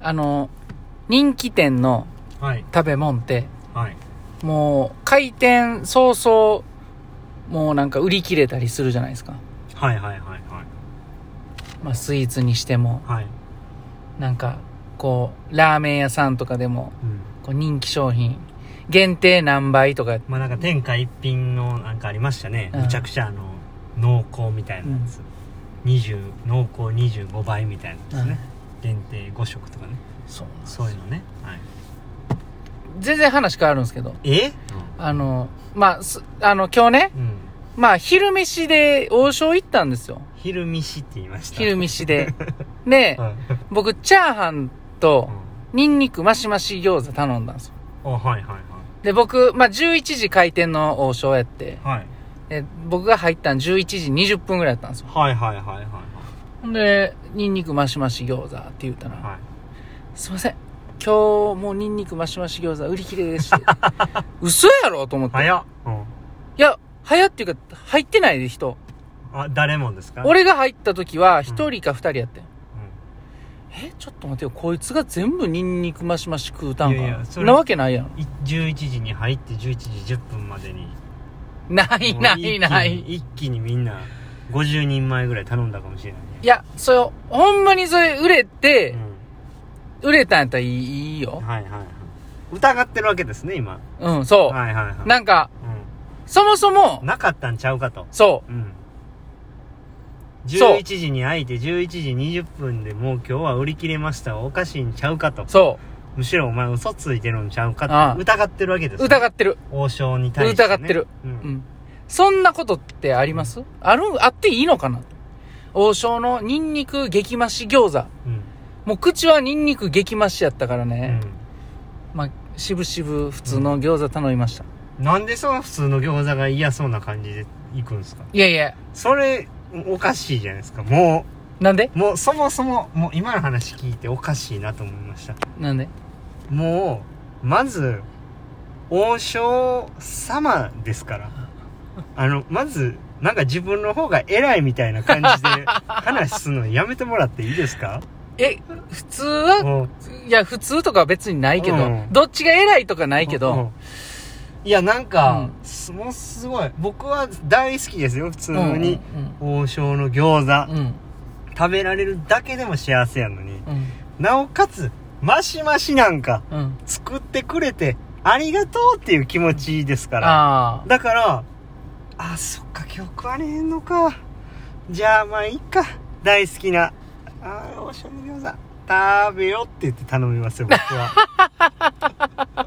あの、人気店のはい。食べ物って、はい。もう、開店早々、もうなんか売り切れたりするじゃないですか。はいはいはいはい。まあ、スイーツにしても、はい。なんか、こう、ラーメン屋さんとかでも、うん。こう人気商品、限定何倍とか、まあなんか天下一品のなんかありましたね。うんむちゃくちゃあの、濃厚みたいなやつ。20、濃厚25倍みたいなやつね。限定5食とかね。そうなんですそういうのね。はい。全然話変わるんですけど、えあの、まあ、すあの、今日ね、うん。まあ、昼飯で王将行ったんですよ。昼飯って言いました。昼飯で。で、はい。僕、チャーハンとうん、ニンニクマシマシ餃子頼んだんですよ。あ、はいはいで、僕、まあ、11時開店の王将やって、はい。はい。で僕が入ったん11時20分ぐらいだったんですよ。はいはいはいはいほんで、ニンニクマシマシ餃子って言ったら、はい。すいません。今日、もうニンニクマシマシ餃子売り切れですって。 嘘やろと思って。早っ。うん。いや、早っていうか、入ってないで人。あ、誰もですか、俺が入った時は、一人か二人やってん。うえ、ちょっと待てよ。こいつが全部ニンニクマシマシ食うたんかいやいなやそれなわけないやん。ん、い11時に入って11時10分までにないなもう一気にいない。一気にみんな50人前ぐらい頼んだかもしれないいや、それ、ほんまにそれ、売れて、ね、売れたんやったらいいいいようん、。はいはいはい疑ってるわけですね今うん、そう。はいはいはいなんか、うそもそもん、、なかったんちゃうかとそうんそう11時に空いて11時20分でもう今日は売り切れましたおかしいんちゃうかとう、そむしろお前嘘ついてるんちゃうかああと疑ってるわけですう、ね、疑ってる。王将に対して、ね、疑ってる、うんうん。そんなことってあります、あるあっていいのかな王将のニンニク激増し餃子。うんもう口はニンニク激増しやったからうね。んまあ、しぶしぶ普通の餃子頼みました。なんでその普通の餃子が嫌そうな感じで行くんですかいやいや、それ、おかしいじゃないですか。もなんでう、もうそもそも、もう今の話聞いておかしいなと思いました。なんでもう、まず、王将様ですから。あの、まず、なんか自分の方が偉いみたいな感じで話すのやめてもらっていいで すかえ、普通は、もういや、普通とかは別にないけど、うんどっちが偉いとかないけど、うんいや、なんか、すもうすごい。僕は大好きですよ、普通うんに。うん王将の餃子。うん食べられるだけでも幸せやのにうんなおかつマシマシなんかうん作ってくれてありがとうっていう気持ちですからああだからあそっか今日食われへんのかじゃあまあいいか大好きなあーおしゃれ餃子食べよって言って頼みますよ僕は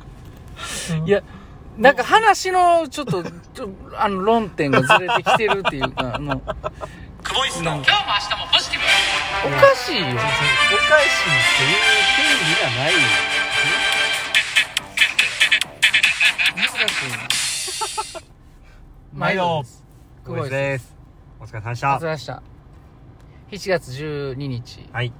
いやなんか話のちょっとちょあの論点がずれてきてるっていうかもうクボイスのおかしいっていう権明日もポジティブおかしいよ利がないよ難しいな毎度久保井でですお疲れ様でしおた疲れ様でした7月12日はい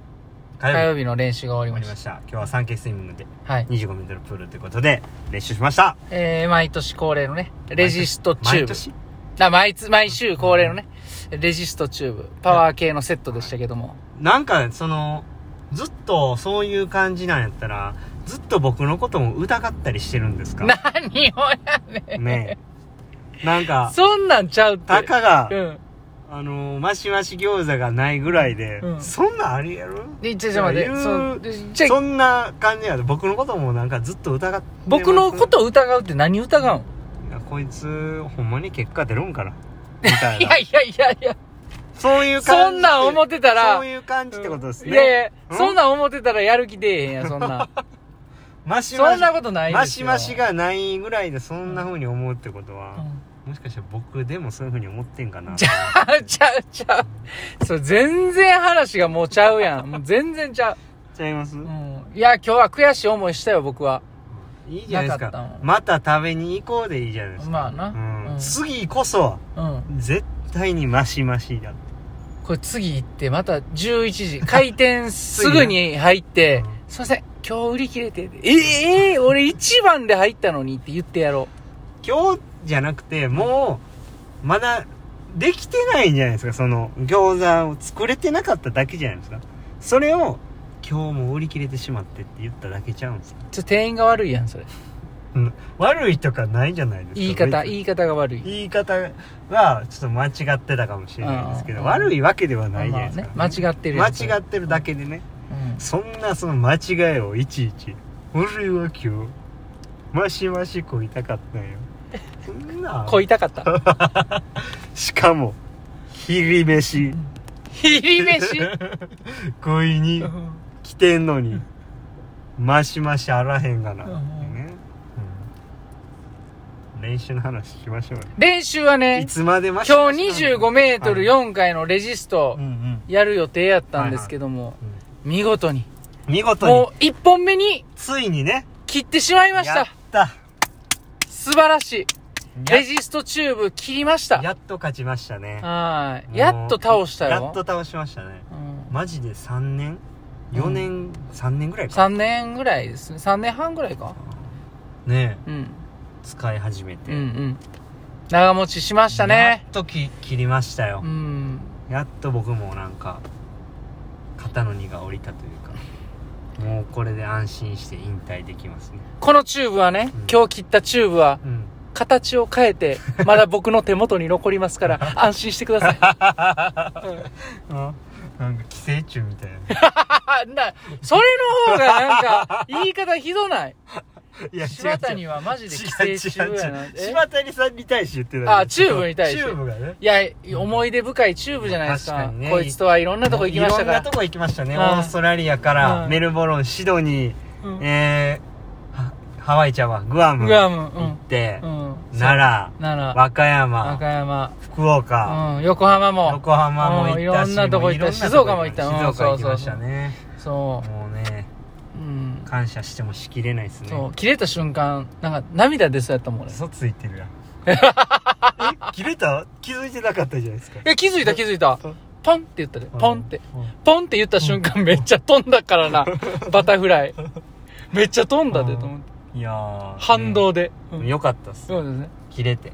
火火曜曜日日の練習が終終わわりりまましした今日は三景スイミングでたはい25メートルプールということで練習しましたえー、毎年恒例のねレジストチュ毎ー年ブあ毎つ毎週恒例のねレジストチューブパワー系のセットでしたけどもなんかそのずっとそういう感じなんやったらずっと僕のことも疑ったりしてるんですか何をやねんねえなんか そんなんちゃうって。たかが、うん。あのーマシマシ餃子がないぐらいで、うんそんなんありやろで、ちょ、ちょ、待って。言うそうでじゃそあ、んな感じやで僕のこともなんかずっと疑ってます僕のことを疑うって何疑うんいやこいつほんまに結果出るんかなみたい いなやいやいやいや、そういう感じそんなん思ってたらそう、いう感じってことですね、いやいや、うんそんなん思ってたらやる気出えへんやん、そんな。マシマそシんなことないマですシよ。マシがないぐらいでそんな風に思うってことうは、ん。もしかしたら僕でもそういう風に思ってんかなじゃあ、ちゃうちゃう。それ全然話がもうちゃうやん。もう全然ちゃう。ちゃいます、うん。いや、今日は悔しい思いしたよ、僕は。いいじゃないですなかかったもんまた食べに行こうでいいじゃないですか、まあな。うんうん次こそはうん。絶対にマシマシだってこれ次行って、また11時、開店すぐに入って次ね、すいません、今日売り切れて、ええー、俺一番で入ったのにって言ってやろ今日じゃなくてもうまだできてないんじゃないですかその餃子を作れてなかっただけじゃないですかそれを今日も売り切れてしまってって言っただけちゃうんですかちょ、店員が悪いやん、それ。悪いとかないじゃないですか言い方、別に言い方が悪い。言い方はちょっと間違ってたかもしれないですけうどん悪いわけではないじゃまなあいですかね、、間違ってる間やつ違ってるだけでねうんそんなその間違いをいちいち「悪いわ今日マシマシこいたかったよ」そんなこいたか った。しかも昼飯昼飯こいにうん来てんのにマシマシあらへんがなってね、うん練習の話しましょうよ練習はいね、つまでマシ今マシ日25メートルよ4回のレジストうんうんやる予定やったんですけども、見事に、見事にもう1本目についにね切ってしまいまし。やったた素晴らしい。やレジストチューブ切りました。やっと勝ちましたねはもい。うやっと倒したよ。やっと倒しましたねうんマジで3年うん4年、3年ぐらいか3年ぐらいですね。3年半ぐらいか。ねうん。え使い始めて、うんうん。長持ちしましたねや。っとき切りましたよう、ん。やっと僕もなんか肩の荷が下りたというかもうこれで安心して引退できますねこのチューブはね、うん今日切ったチューブは、 うん形を変えて、まだ僕の手元に残ります から、安心してください。 あなんか寄生虫み たいなな、それの方がなんか、言い方ひどない。いや柴谷はマジで寄生虫やな。え柴谷さんに対して言ってるあチューブに対してチューブがねいや、思い出深いチューブじゃないです確かかに。ねこいつとはいろんなとこ行きましたかいろんなとこ行きましたねオはいーストラリアから、うんメルボルンシドニー、ら。えー、はハワイちゃんはグアムグア行ム、うんっ。て、うん。奈良奈良、和歌山和歌山、福岡、うん、横浜も、横浜も行ったしうんいろんなとこ行ったもういろんな静岡も行った静岡行きましたねそもうねう、うん。感謝してもしきれないですねそう、切れた瞬間、なんか涙出そうやったもん俺。嘘つい てるやんえ切れた気づいてなかったじゃないですかえ、気づいた気づいたそう。ポンって言ったで、ポンって。うんポンって言った瞬間めっちゃ飛んだからな。バタフライ。めっちゃ飛んだでと思って。いやー反動で。ねうんよかったっすそうですね。切れて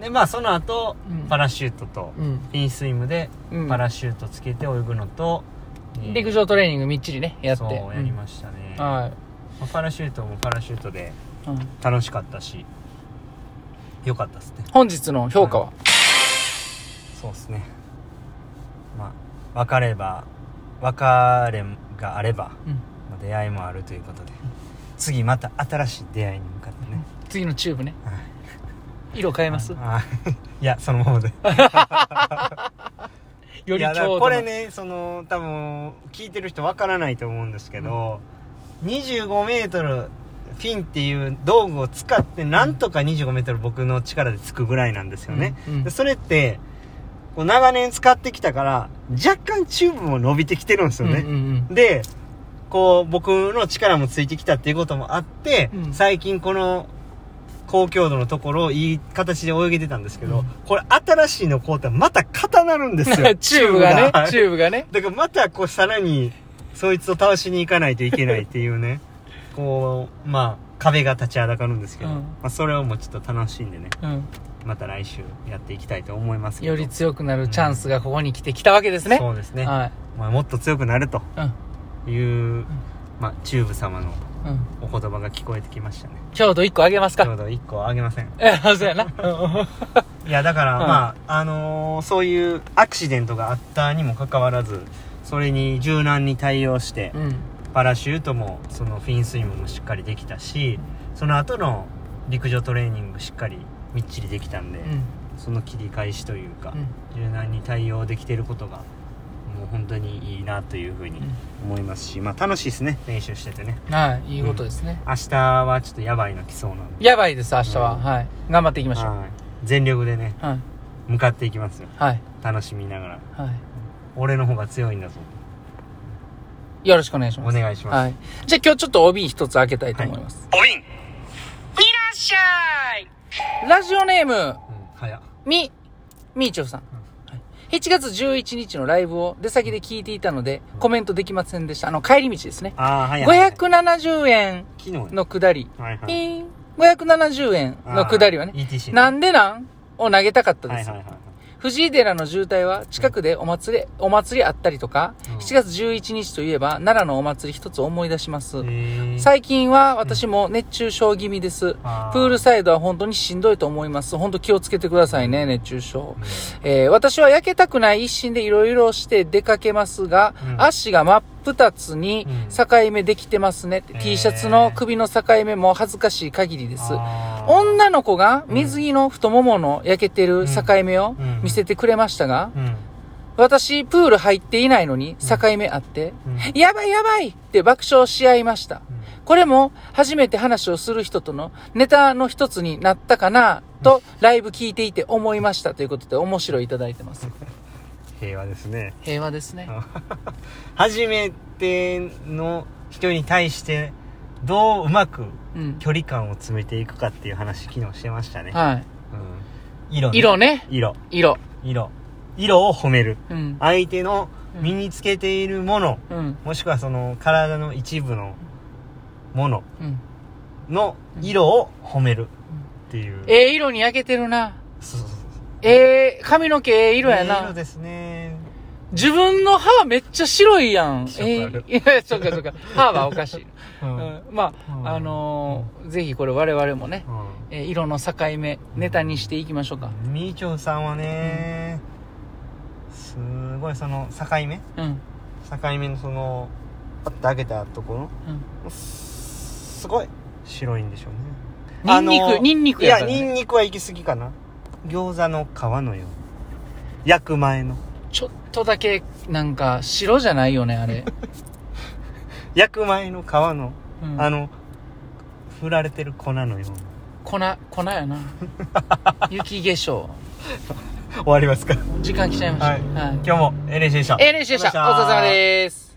でまあその後、うんパラシュートとうん。ピンスイムでうんパラシュートつけて泳ぐのと、えー陸上トレーニングみっちりね、やって。そうやりましたね、うんはまあパラシュートもパラシュートでい。うん楽しかったしよかったっすね本日の評価はそうっすねまあ別れば別れがあれば、うんまあ出会いもあるということで次また新しい出会いに向かってね、次のチューブねは。色変えますよあいやそのままでりいやだから強度のこれ。ねその多分聞いてる人わからないと思うんですけど、25メートルフィンっていう道具を使ってなんとか25メートル僕の力でつくぐらいなんですよね、うんうんでそれってこう長年使ってきたから若干チューブも伸びてきてるんですうんようんね、うん。でこう僕の力もついてきたっていうこともあって、うん最近この高強度のところをいい形で泳げてたんですけど、うんこれ新しいの買うたらまた固なるんです よチューブがね、チーブューブがね。だからまたこうさらにそいつを倒しに行かないといけないってい うねこうまあ壁が立ちはだかるんですけど、うんまあ、それをもうちょっと楽しんでねうん。また来週やっていきたいと思いますけどより強くなるチャンスがここに来てきたわけですね。そうですね、はい。まあ、もっと強くなるとうん。いう、まあ、チューブ様のうん。お言葉が聞こえてきましたね強度1個あげますちょか。うど1個あげませんえ、そうやな。うんいやだから、うんまああのーそういうアクシデントがあったにもかかわらずそれに柔軟に対応して、うん。パラシュートもそのフィンスイムもしっかりできたしその後の陸上トレーニングしっかりみっちりできたんで、うん。その切り返しというかう、ん柔軟に対応できてることがもう本当にいいなというふうに思いますし、まあ楽しいですね練習しててねはい、いいことですね。明日はちょっとやばいの来そうなんでやばいです、明日は。うんはい。頑張っていきましょう。はい全力でねはい。向かっていきますよはい。楽しみながらはい。俺の方が強いんだぞよろしくお願いしおます。願いします、はい。じゃあ今日ちょっと OB 一つ開けたいと思います。ボイン、うん、いらっしゃいラジオネーム、早っみ、みーちょうさん。はい7月11日のライブを出先で聞いていたので、コメントできませんでした。あの、帰り道ですね。ああ早い早い570円昨日やの下り。はいはいピーン。570円の下りはね。あー ETC なんでなんを投げたかったです。はいはいはい藤井寺の渋滞は近くでお祭り、お祭りあったりとか、うん7月11日といえば奈良のお祭り一つ思い出します。え最近は私も熱中症気味です。プールさサイドは本当にしんどいと思います。本当気をつけてくださいね、熱中症。えー私は焼けたくない一心でいろいろして出かけますが、うん足が真っ二つにうん境目できてますね、へー T シャツの首の境目も恥ずかしい限りです。女女の子が水着の太ももの焼けてる境目をうん見せてくれましたが、うん私、プール入っていないのに境目あって、うんやばいやばいって爆笑し合いました。うんこれも初めて話をする人とのネタの一つになったかなとライブ聞いていて思いましたということで面白いいただいてます。平和ですね平和ですね。初めての人に対してどううまくうん。距離感を詰めていくかっていう話昨日してましたね、はうん、色い。ね色ね。色色。色色を褒めるうん。相手のうん身につけているもの、うん。もしくはその体の一部のものうん。の色を褒めるっていう、ええ色に焼けてるな。そうそうそうそうええ髪の毛ええ色や色な。ですね自分の歯めっちゃ白いやん。色えあるえいや、そうかそう か。歯はおかしい。ううんん、まうんあ、あのーぜひこれ我々もね、うんえー色の境目、ネタにしていきましょうか。みーちょんさんはね、すごいその境目うん。境目のそのパッと開けたところうん。すすごい白いんでしょうニねンニあのク、ニンニクやいかやら、ニね。ンニクは行き過ぎかな餃子の皮のように焼く前のちょっとだけ、なんか、白じゃないよね、あれ。焼く前の皮の、うん、あの振られてる粉のように粉、粉や な。雪化粧。終わりますか時間来ちゃいました。はい。今日も NHK でしたえー、練習でした。お疲れ様です。